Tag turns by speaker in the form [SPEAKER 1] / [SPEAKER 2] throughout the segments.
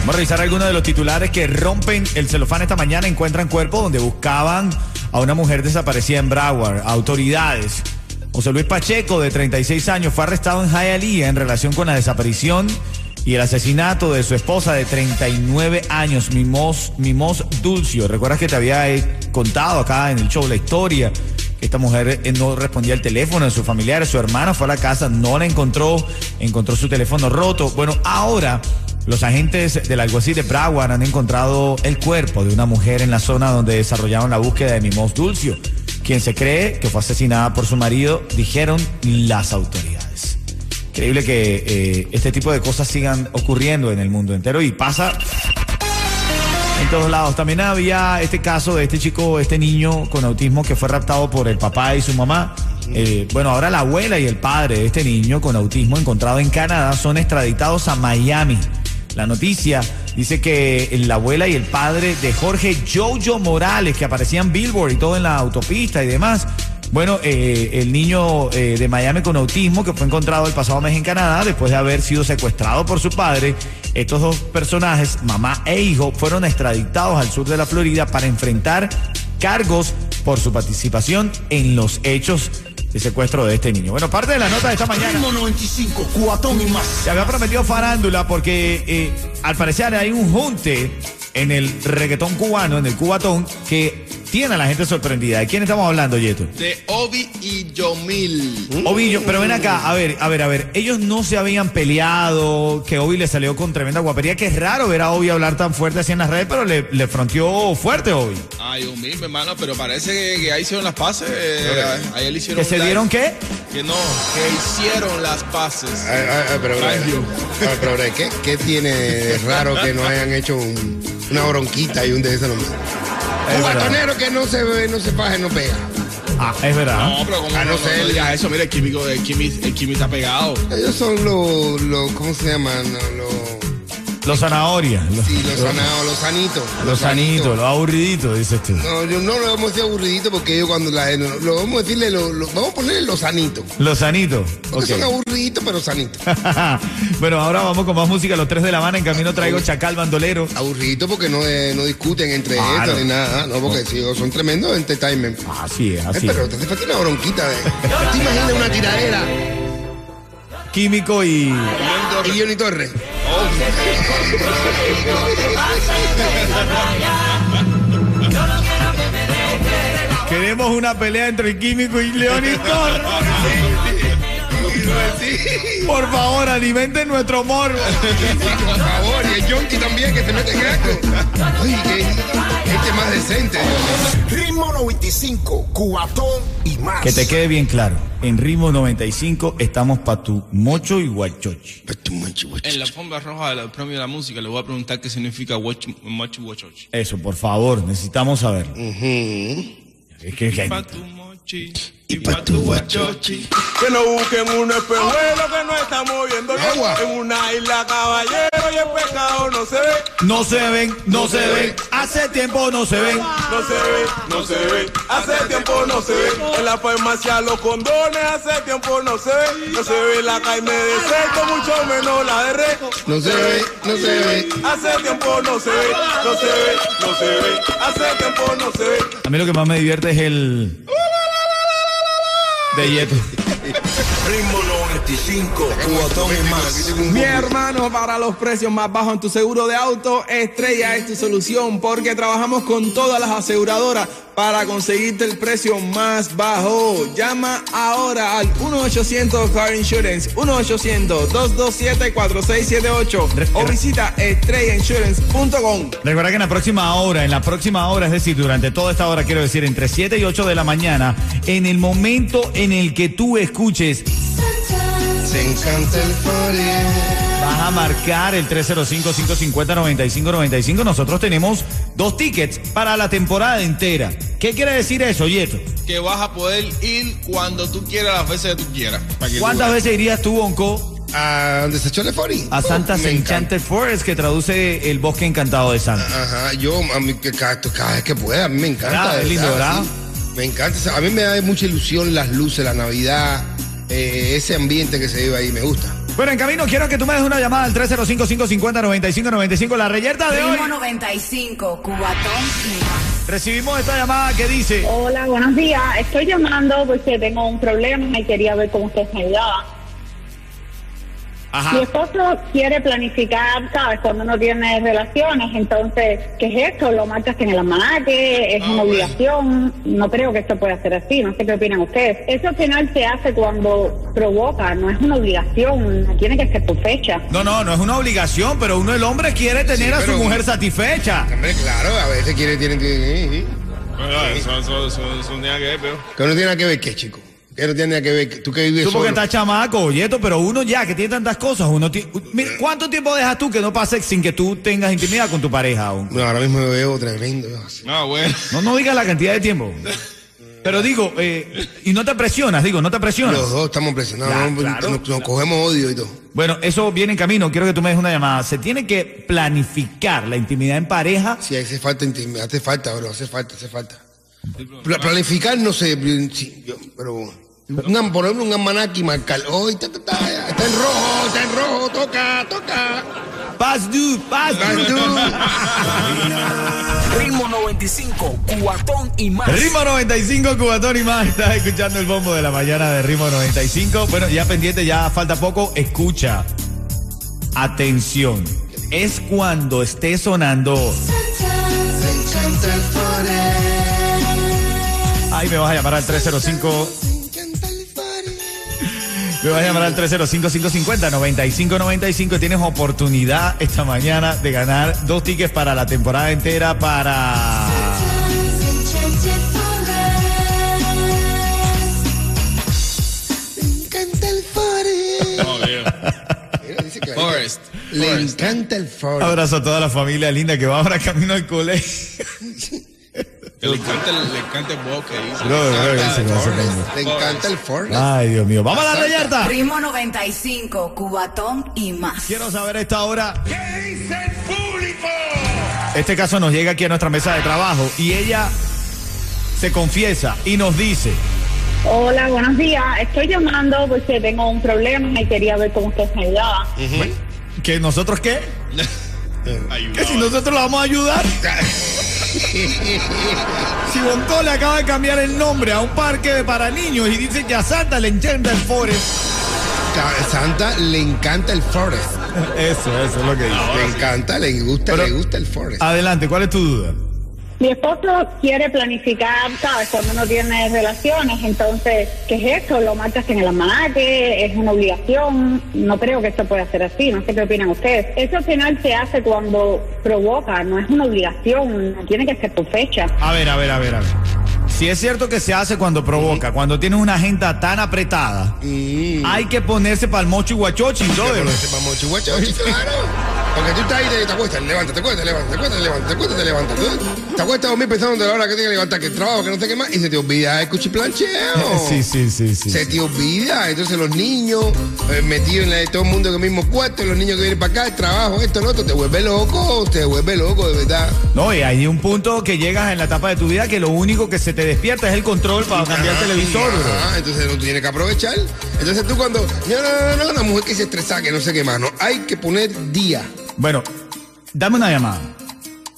[SPEAKER 1] Vamos a revisar algunos de los titulares que rompen el celofán esta mañana. Encuentran cuerpo donde buscaban a una mujer desaparecida en Broward. Autoridades. José Luis Pacheco, de 36 años, fue arrestado en Hialeah en relación con la desaparición y el asesinato de su esposa de 39 años, Mimos, Mimos Dulcio. ¿Recuerdas que te había eh, contado acá en el show la historia? que Esta mujer eh, no respondía al teléfono de sus familiares, su hermana fue a la casa, no la encontró, encontró su teléfono roto. Bueno, ahora los agentes del alguacil de Broward han encontrado el cuerpo de una mujer en la zona donde desarrollaron la búsqueda de Mimos Dulcio, quien se cree que fue asesinada por su marido, dijeron las autoridades. Increíble que eh, este tipo de cosas sigan ocurriendo en el mundo entero y pasa en todos lados. También había este caso de este chico, este niño con autismo que fue raptado por el papá y su mamá. Eh, bueno, ahora la abuela y el padre de este niño con autismo encontrado en Canadá son extraditados a Miami. La noticia dice que la abuela y el padre de Jorge Jojo Morales, que aparecían Billboard y todo en la autopista y demás. Bueno, eh, el niño eh, de Miami con autismo que fue encontrado el pasado mes en Canadá después de haber sido secuestrado por su padre. Estos dos personajes, mamá e hijo, fueron extraditados al sur de la Florida para enfrentar cargos por su participación en los hechos de secuestro de este niño. Bueno, parte de la nota de esta mañana.
[SPEAKER 2] Ritmo 95, cuatón y más.
[SPEAKER 1] Se había prometido farándula porque eh, al parecer hay un junte en el reggaetón cubano, en el cubatón, que tiene a la gente sorprendida. ¿De quién estamos hablando, Yeto?
[SPEAKER 3] de Obi y Yomil.
[SPEAKER 1] Ovillo, ¿Mm? pero ven acá, a ver, a ver, a ver. Ellos no se habían peleado, que Obi le salió con tremenda guapería, que es raro ver a Obi hablar tan fuerte así en las redes, pero le, le fronteó fuerte Obi.
[SPEAKER 3] Ay, Ah, Yomil, mi hermano, pero parece que, que ahí hicieron las paces. Ayer le hicieron
[SPEAKER 1] ¿Que
[SPEAKER 3] un
[SPEAKER 1] se
[SPEAKER 3] live.
[SPEAKER 1] dieron qué?
[SPEAKER 3] Que no, que hicieron las paces.
[SPEAKER 4] Ay, ay, ay, pero,
[SPEAKER 3] Frangio.
[SPEAKER 4] ay, pero, Brian, ¿qué, qué tiene de raro que no hayan hecho un- una bronquita y un de esos nomás? Un
[SPEAKER 1] verdad.
[SPEAKER 4] batonero que no se ve, no se faje, no pega.
[SPEAKER 1] Ah, es verdad.
[SPEAKER 3] No, pero como
[SPEAKER 4] Ah, no sé.
[SPEAKER 3] digas eso, mira, el químico, el químico, el químico está pegado.
[SPEAKER 4] Ellos son los, los ¿cómo se llaman? No, Los,
[SPEAKER 1] Los zanahorias. Los,
[SPEAKER 4] sí, los sanados, los sanitos.
[SPEAKER 1] los sanitos, los aburriditos, dices tú.
[SPEAKER 4] No, yo no lo vamos a decir aburridito porque ellos cuando la... no, lo vamos a decirle, lo, lo- vamos a ponerle los sanitos.
[SPEAKER 1] Los sanitos.
[SPEAKER 4] Porque
[SPEAKER 1] ok.
[SPEAKER 4] son aburriditos, pero sanitos.
[SPEAKER 1] bueno, ahora vamos con más música. Los tres de la Habana en camino traigo Chacal Bandolero.
[SPEAKER 4] Aburriditos porque no, eh, no discuten entre
[SPEAKER 1] Claro.
[SPEAKER 4] ellos ni nada. No, porque sí, son tremendos entertainment.
[SPEAKER 1] Así es,
[SPEAKER 4] Eh,
[SPEAKER 1] así es.
[SPEAKER 4] pero te hace falta una bronquita. eh. ¿Te imaginas una tiradera?
[SPEAKER 1] Químico y.
[SPEAKER 4] Y Johnny Torres.
[SPEAKER 1] Queremos una pelea entre el Químico y Leonid Torres. Por favor, alimenten nuestro morbo.
[SPEAKER 4] Por favor, y el Yonki también que se mete en graco. Oye, que este es más decente.
[SPEAKER 2] Ritmo 95, cuatón y más.
[SPEAKER 1] Que te quede bien claro. En Ritmo 95 estamos pa' tu mocho y guachochi.
[SPEAKER 3] En la alfombra roja del premio de la música le voy a preguntar qué significa watch, much watch.
[SPEAKER 1] Eso, por favor, necesitamos saberlo. Es que- que-
[SPEAKER 3] Pa' tu mochi y pa' tu guachochi.
[SPEAKER 5] Que no busquen un espejuelo que no está moviendo bien.
[SPEAKER 4] Agua.
[SPEAKER 5] En una isla caballero y el pescado no se ve,
[SPEAKER 1] No se ven, no se ven. Hace tiempo no se ven.
[SPEAKER 5] no se ve, no se ve. Hace tiempo no se ve. En la farmacia los condones hace tiempo no se ve. No se ve la carne de cerdo, mucho menos la de reco.
[SPEAKER 4] No se ve, no se ve.
[SPEAKER 5] Hace tiempo no se ve, no se ve, no se ve. Hace tiempo no se ve.
[SPEAKER 1] A mí lo que más me divierte es el. De Yeto.
[SPEAKER 2] Ritmo 95, cuatón y más.
[SPEAKER 5] Mi hermano, para los precios más bajos en tu seguro de auto, Estrella es tu solución porque trabajamos con todas las aseguradoras para conseguirte el precio más bajo. Oh, Llama ahora al 1-800 Car Insurance, 1-800-227-4678 o visita estrellainsurance.com.
[SPEAKER 1] Recuerda que en la próxima hora, en la próxima hora, es decir, durante toda esta hora, quiero decir, entre 7 y 8 de la mañana, en el momento en el que tú escuches,
[SPEAKER 4] Se encanta el party.
[SPEAKER 1] vas a marcar el 305-550-9595. Nosotros tenemos dos tickets para la temporada entera. ¿Qué quiere decir eso, Yeto?
[SPEAKER 3] Que vas a poder ir cuando tú quieras, las veces que tú quieras. para que tú
[SPEAKER 1] ¿Cuántas
[SPEAKER 3] veas.
[SPEAKER 1] veces irías tú, Bonco?
[SPEAKER 4] ¿A dónde se echó el party?
[SPEAKER 1] A Santa's
[SPEAKER 4] Uh, Me encanta.
[SPEAKER 1] Enchanted Forest, que traduce el bosque encantado de Santa.
[SPEAKER 4] Ajá, yo a mí, que cada, cada vez que pueda, a mí me encanta.
[SPEAKER 1] Claro,
[SPEAKER 4] de
[SPEAKER 1] Ah, es lindo, ¿verdad?
[SPEAKER 4] sí. Me encanta. o sea, a mí me da mucha ilusión las luces, la Navidad, eh, ese ambiente que se vive ahí, me gusta.
[SPEAKER 1] Bueno, en camino quiero que tú me des una llamada al 305-550-9595. La reyerta de hoy.
[SPEAKER 6] Ritmo 95, Cubatón y más.
[SPEAKER 1] Recibimos esta llamada que dice...
[SPEAKER 7] Hola, buenos días. Estoy llamando porque tengo un problema y quería ver cómo ustedes me ayudaban. Mi
[SPEAKER 3] Ah.
[SPEAKER 1] Ajá.
[SPEAKER 7] esposo quiere planificar, ¿sabes? Cuando uno tiene relaciones, entonces, ¿qué es esto? Lo marcas en el almanaque, es
[SPEAKER 3] Ah, bueno.
[SPEAKER 7] una obligación. No creo que esto pueda ser así, no sé qué opinan ustedes. Eso al final se hace cuando provoca, no es una obligación, no tiene que ser por fecha.
[SPEAKER 1] No, no, no es una obligación, pero uno el hombre quiere tener a su
[SPEAKER 4] pero-
[SPEAKER 1] mujer satisfecha.
[SPEAKER 4] Hombre, claro, a veces quieren, tienen que. eh, eh.
[SPEAKER 3] Bueno, eso, eso, eso, eso no tiene que ver, pero.
[SPEAKER 4] Que no tiene nada que ver qué, chico. Que no tiene nada que ver. Tú que vives
[SPEAKER 1] Tú porque
[SPEAKER 4] solo.
[SPEAKER 1] estás chamaco, Yeto, pero uno ya que tiene tantas cosas, uno ti- Mira, ¿cuánto tiempo dejas tú que no pase sin que tú tengas intimidad con tu pareja aún?
[SPEAKER 4] No, ahora mismo me veo tremendo.
[SPEAKER 3] No, bueno.
[SPEAKER 1] No, no digas la cantidad de tiempo. Pero digo, eh, y no te presionas, digo, no te presionas.
[SPEAKER 4] Los dos estamos presionados.
[SPEAKER 1] Ya,
[SPEAKER 4] ¿no? Pues,
[SPEAKER 1] claro.
[SPEAKER 4] nos, nos cogemos odio y todo.
[SPEAKER 1] Bueno, eso viene en camino, quiero que tú me des una llamada. Se tiene que planificar la intimidad en pareja.
[SPEAKER 4] Si hace falta intimidad, hace falta, bro, hace falta, hace falta. Pla- planificar, no sé, bl- sí, yo, pero. un- por ejemplo, un almanaque y marcar. Hoy ta, ta, ta, está en rojo, está en rojo, toca, toca.
[SPEAKER 1] Paz, dude, paz, dude.
[SPEAKER 2] Ritmo 95, cuatón y más.
[SPEAKER 1] Ritmo 95, Cubatón y más. Estás escuchando el bombo de la mañana de Ritmo 95. Bueno, ya pendiente, ya falta poco. Escucha. Atención. Es cuando esté sonando. Ahí me vas a llamar al 305. Me vas a llamar al 305-550-9595. Tienes oportunidad esta mañana de ganar dos tickets para la temporada entera para.
[SPEAKER 3] No, bien.
[SPEAKER 4] Mira, dice clarito.
[SPEAKER 3] Forest.
[SPEAKER 4] Le
[SPEAKER 3] Forest.
[SPEAKER 4] encanta el
[SPEAKER 1] Un
[SPEAKER 4] forest.
[SPEAKER 1] abrazo a toda la familia linda que va ahora camino al colegio.
[SPEAKER 3] Que le encanta el, le encanta el bosque. dice.
[SPEAKER 1] Bro, bro, ese me hace
[SPEAKER 4] Forest.
[SPEAKER 1] daño.
[SPEAKER 4] Le encanta el forest.
[SPEAKER 1] Ay, Dios mío. ¡Vamos a la reyerta!
[SPEAKER 6] Ritmo 95, Cubatón y más.
[SPEAKER 1] Quiero saber a esta hora. ¿Qué dice el público? Este caso nos llega aquí a nuestra mesa de trabajo y ella se confiesa y nos dice.
[SPEAKER 7] Hola, buenos días. Estoy llamando porque tengo un problema y quería ver cómo ustedes me ayudaban.
[SPEAKER 1] ¿Que nosotros qué?
[SPEAKER 3] Ayuda.
[SPEAKER 1] ¿Que si nosotros la vamos a ayudar? si Bonco le acaba de cambiar el nombre a un parque para niños y dice que a Santa le encanta el forest.
[SPEAKER 4] Ca- Santa le encanta el forest.
[SPEAKER 1] Eso, eso es lo que dice.
[SPEAKER 4] Le encanta, le gusta,
[SPEAKER 1] Pero- Ah.
[SPEAKER 4] le gusta el forest.
[SPEAKER 1] Adelante, ¿cuál es tu duda?
[SPEAKER 7] Mi esposo quiere planificar, ¿sabes? Cuando uno tiene relaciones, entonces, ¿qué es esto? Lo marcas en el almanaque, es una obligación. No creo que esto pueda ser así, no sé qué opinan ustedes. Eso al final se hace cuando provoca, no es una obligación, no tiene que ser por fecha.
[SPEAKER 1] A ver, a ver, a ver, a ver. Si es cierto que se hace cuando provoca, cuando tienes una agenda tan apretada, hay que ponerse para el mocho y guachochi, brother.
[SPEAKER 4] Pero ese mamón chihuahua, oye, claro. Porque tú estás ahí, te, te acuestas, levanta, te acuestas, levanta, te acuestas, levanta, te acuestas, te levantas. Tú te acuestas a dormir pensando en la hora que tienes que levantar, que el trabajo, que no sé qué más, y se te olvida el cuchiplancheo.
[SPEAKER 1] Sí, sí, sí, sí.
[SPEAKER 4] Se te olvida, entonces los niños eh, metidos en la de todo el mundo en el mismo cuarto, los niños que vienen para acá, el trabajo, esto, lo otro, te vuelve loco, te vuelve loco, de verdad.
[SPEAKER 1] No, y hay un punto que llegas en la etapa de tu vida que lo único que se te despierta es el control para cambiar el
[SPEAKER 4] Ajá,
[SPEAKER 1] televisor, bro.
[SPEAKER 4] ajá, entonces no tienes que aprovechar. Entonces tú cuando, no, no, no, no, la mujer que se estresa, que no sé qué más, no, hay que poner día.
[SPEAKER 1] Bueno, dame una llamada.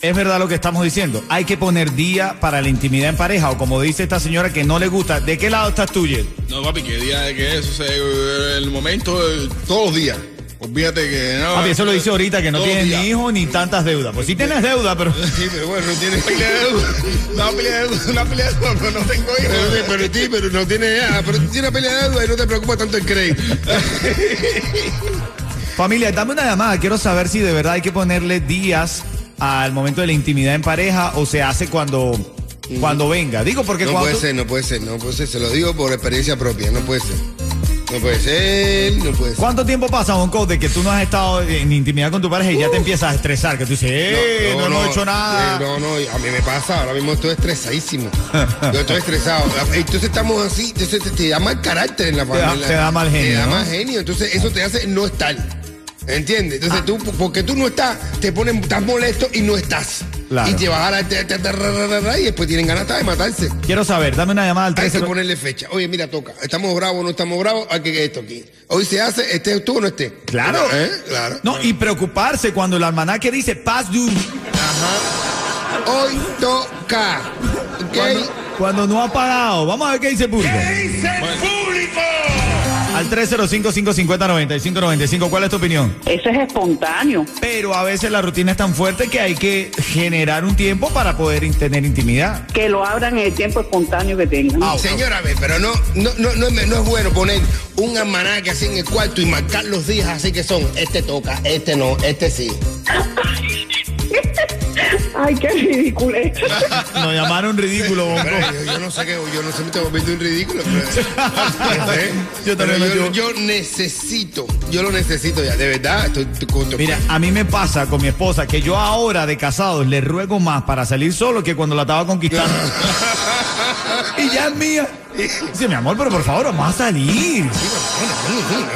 [SPEAKER 1] Es verdad lo que estamos diciendo. Hay que poner día para la intimidad en pareja o como dice esta señora que no le gusta. ¿De qué lado estás tú, Yel?
[SPEAKER 3] No, papi, que día de que eso, o sea, eh, el momento, eh, todos los días. Olvídate que no.
[SPEAKER 1] Papi, eso lo dice ahorita que no
[SPEAKER 3] todos
[SPEAKER 1] tienes
[SPEAKER 3] días.
[SPEAKER 1] ni hijos ni tantas deudas. Pues sí tienes deuda, pero
[SPEAKER 3] Sí, pero bueno, tienes pila de deuda. Una pila de deuda, una pila de deuda, pero no tengo
[SPEAKER 4] Pero,
[SPEAKER 3] hijos.
[SPEAKER 4] pero, ti- pero no tiene nada, pero tú tienes pelea de deuda y no te preocupa tanto el crédito.
[SPEAKER 1] Familia, dame una llamada. Quiero saber si de verdad hay que ponerle días al momento de la intimidad en pareja o se hace cuando, cuando venga. Digo porque
[SPEAKER 4] Mm. No
[SPEAKER 1] cuando.
[SPEAKER 4] puede ser, no puede ser, no puede ser. Se lo digo por experiencia propia, no puede ser. No puede ser, no puede ser.
[SPEAKER 1] ¿Cuánto tiempo pasa, Bonco, de que tú no has estado en intimidad con tu pareja y ya te empiezas a estresar? Que tú dices, ¡eh! No, hemos hecho nada.
[SPEAKER 4] eh, no, no, a mí me pasa, ahora mismo estoy estresadísimo. Yo estoy estresado. Eh, Entonces estamos así, entonces te, te da mal carácter en la
[SPEAKER 1] da-
[SPEAKER 4] familia.
[SPEAKER 1] te da mal
[SPEAKER 4] Te
[SPEAKER 1] genio,
[SPEAKER 4] da
[SPEAKER 1] ¿no?
[SPEAKER 4] mal genio, entonces eso te hace no estar. ¿Entiendes?
[SPEAKER 1] Ah.
[SPEAKER 4] Entonces tú, porque tú no estás, te ponen, estás molesto y no estás.
[SPEAKER 1] Claro.
[SPEAKER 4] Y te vas a la- te- te- te- ra- ra- ra- ra- y después tienen ganas hasta de matarse.
[SPEAKER 1] Quiero saber, dame una llamada al
[SPEAKER 4] Hay que
[SPEAKER 1] 13.
[SPEAKER 4] ponerle fecha. Oye, mira, toca. ¿Estamos bravos o no estamos bravos? Hay que esto aquí. Hoy se hace, esté tú o no esté.
[SPEAKER 1] Claro.
[SPEAKER 4] ¿Eh? Claro.
[SPEAKER 1] No, y preocuparse cuando el almanaque dice past due.
[SPEAKER 4] Hoy toca. ¿Ok?
[SPEAKER 1] Cuando no ha pagado. Vamos a ver qué dice el público. Al 305-550-9595. ¿Cuál es tu opinión?
[SPEAKER 7] Eso es espontáneo.
[SPEAKER 1] Pero a veces la rutina es tan fuerte que hay que generar un tiempo para poder in- tener intimidad.
[SPEAKER 7] Que lo abran en el tiempo espontáneo que tengan.
[SPEAKER 1] Ah,
[SPEAKER 4] Señora, a ver, pero no, no, no, no, es- no es bueno poner un almanaque así en el cuarto y marcar los días así que son. Este toca, este no, este sí.
[SPEAKER 7] Ay, qué ridículo.
[SPEAKER 1] Nos llamaron ridículo, Bonco.
[SPEAKER 4] Pero yo, yo no sé qué, yo no sé, me estoy volviendo un ridículo. Pero, ¿Eh?
[SPEAKER 1] Yo también
[SPEAKER 4] Pero
[SPEAKER 1] me-
[SPEAKER 4] yo, yo necesito, yo lo necesito ya, de verdad. Estoy, estoy- estoy-
[SPEAKER 1] Mira, a mí me pasa con mi esposa que yo ahora de casados le ruego más para salir solo que cuando la estaba conquistando. y ya es mía. Dice, mi amor, pero por favor, vamos a salir.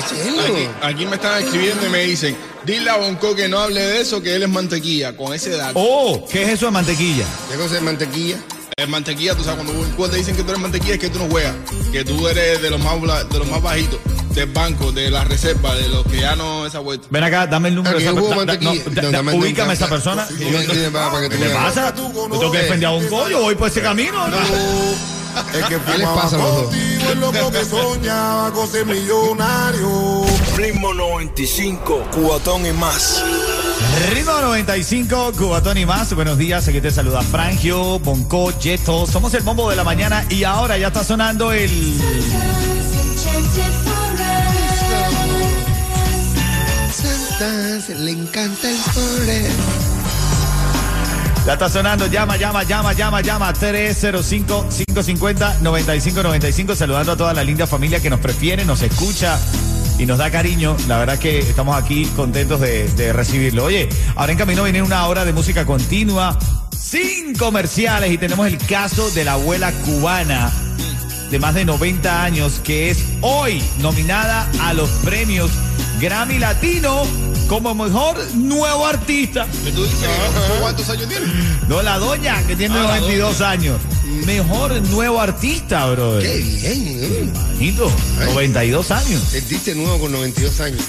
[SPEAKER 3] Aquí, aquí me están escribiendo y me dicen, dile a Bonco que no hable de eso, que él es mantequilla, con ese dato.
[SPEAKER 1] Oh, ¿qué es eso de mantequilla?
[SPEAKER 4] ¿Qué cosa es mantequilla?
[SPEAKER 3] Eh, mantequilla, tú sabes, cuando, cuando te dicen que tú eres mantequilla es que tú no juegas, que tú eres de los más, bla- de los más bajitos, del banco, de la reserva, de los que ya no esa vuelta.
[SPEAKER 1] Ven acá, dame el número
[SPEAKER 4] Ah,
[SPEAKER 1] de
[SPEAKER 4] que
[SPEAKER 1] esa
[SPEAKER 4] hubo
[SPEAKER 1] persona. Da-
[SPEAKER 4] mantequilla.
[SPEAKER 1] no, da-
[SPEAKER 4] No,
[SPEAKER 1] da-
[SPEAKER 4] dame- dame-
[SPEAKER 1] ubícame a esa
[SPEAKER 4] dame-
[SPEAKER 1] persona.
[SPEAKER 4] Sí, dime, va, para que tú
[SPEAKER 1] ¿Qué
[SPEAKER 4] veas.
[SPEAKER 1] pasa? Yo tengo que defender a un coño, voy por ese camino. ¿no?
[SPEAKER 2] Es que
[SPEAKER 4] ¿Qué les pasa a los dos?
[SPEAKER 2] contigo es loco que soñaba con ser millonario.
[SPEAKER 8] Primo 95, cubatón y más.
[SPEAKER 1] Ritmo 95, Cubatón y más. Buenos días, aquí te saluda Frangio, Bonco, Jeto. Somos el bombo de la mañana y ahora ya está sonando el.
[SPEAKER 4] Santas, le encanta el pobre.
[SPEAKER 1] Ya está sonando, llama, llama, llama, llama, llama. 305-550-9595. Saludando a toda la linda familia que nos prefiere, nos escucha y nos da cariño. La verdad que estamos aquí contentos de, de recibirlo. Oye, ahora en camino viene una hora de música continua, sin comerciales y tenemos el caso de la abuela cubana de más de 90 años que es hoy nominada a los premios Grammy Latino como mejor nuevo artista.
[SPEAKER 3] ¿Y tú dices, "Ah, "Bonco, ¿Cuántos años tienes?
[SPEAKER 1] No, la doña, que tiene
[SPEAKER 3] Ah, la
[SPEAKER 1] 92 años. Mejor nuevo artista, brother.
[SPEAKER 4] Qué
[SPEAKER 1] ¿eh?
[SPEAKER 4] bien, ¿no?
[SPEAKER 1] Manito, 92 años.
[SPEAKER 4] Sentiste nuevo con 92 años.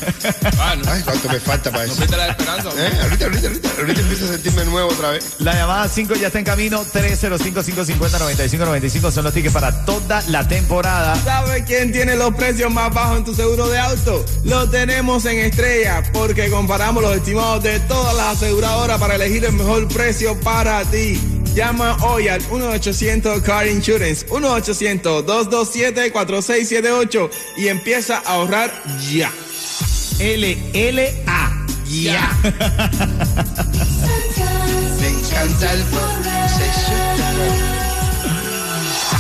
[SPEAKER 3] Ah, no,
[SPEAKER 4] Ay, cuánto me falta para
[SPEAKER 3] no
[SPEAKER 4] eso.
[SPEAKER 3] pierdas la esperanza. Bonco.
[SPEAKER 4] ¿Eh? Ahorita, ahorita, ahorita, ahorita empiezo a sentirme nuevo otra vez.
[SPEAKER 1] La llamada 5 ya está en camino. 305-550-9595 son los tickets para toda la temporada.
[SPEAKER 5] ¿Sabes quién tiene los precios más bajos en tu seguro de auto? Lo tenemos en Estrella, porque comparamos los estimados de todas las aseguradoras para elegir el mejor precio para ti. Llama hoy al 1-800 Car Insurance, 1-800-227-4678 y empieza a ahorrar ya.
[SPEAKER 1] LLA.
[SPEAKER 4] Ya. Me encanta el pobre.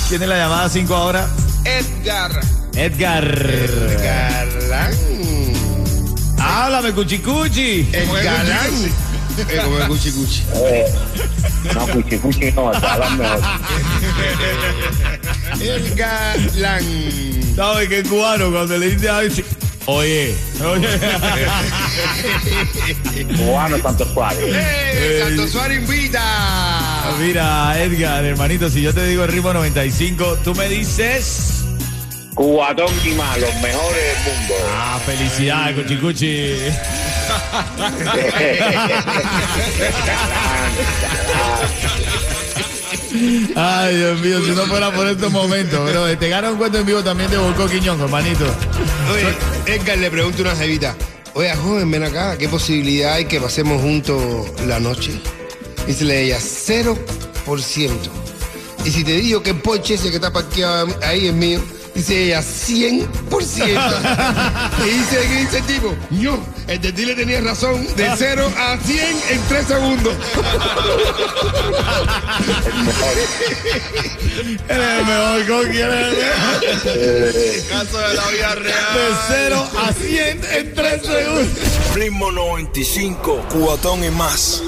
[SPEAKER 1] Tiene la llamada 5 ahora.
[SPEAKER 3] Edgar.
[SPEAKER 1] Edgar.
[SPEAKER 4] El galán.
[SPEAKER 1] Háblame, cuchicuchi.
[SPEAKER 4] El
[SPEAKER 3] Como el
[SPEAKER 4] galán. Eh, Como el cuchi cuchi.
[SPEAKER 9] No, cuchi, cuchi, no, hablan mejor.
[SPEAKER 4] El galán.
[SPEAKER 1] ¿Sabes qué cubano cuando le dice a alguien, Oye, oye.
[SPEAKER 9] Cubano, Santos Suárez.
[SPEAKER 4] Eh, Santo Suárez invita.
[SPEAKER 1] Mira, Edgar, hermanito, si yo te digo el ritmo 95, tú me dices.
[SPEAKER 9] Cubatón y más, los mejores del mundo.
[SPEAKER 1] Ah, felicidad, Cuchicuchi.
[SPEAKER 9] Galán.
[SPEAKER 1] Ay, Dios mío, si no fuera por estos momentos, bro. Te gana un cuento en vivo también de Volcó Quiñón, hermanito.
[SPEAKER 4] Oye, Edgar le pregunta una jevita. Oye, joven, ven acá, ¿qué posibilidad hay que pasemos juntos la noche? Dice ella, 0%. Y si te digo que el Porsche ese que está parqueado ahí es mío, dice ella, 100%. y dice, ¿qué dice el tipo? Yo, el de ti le tenía razón, de 0 a 100 en 3 segundos.
[SPEAKER 1] Eres el mejor coqui, eres el mejor.
[SPEAKER 3] Caso de la vida real.
[SPEAKER 1] De 0 a 100 en 3 segundos.
[SPEAKER 2] Primo 95, cuatón y más.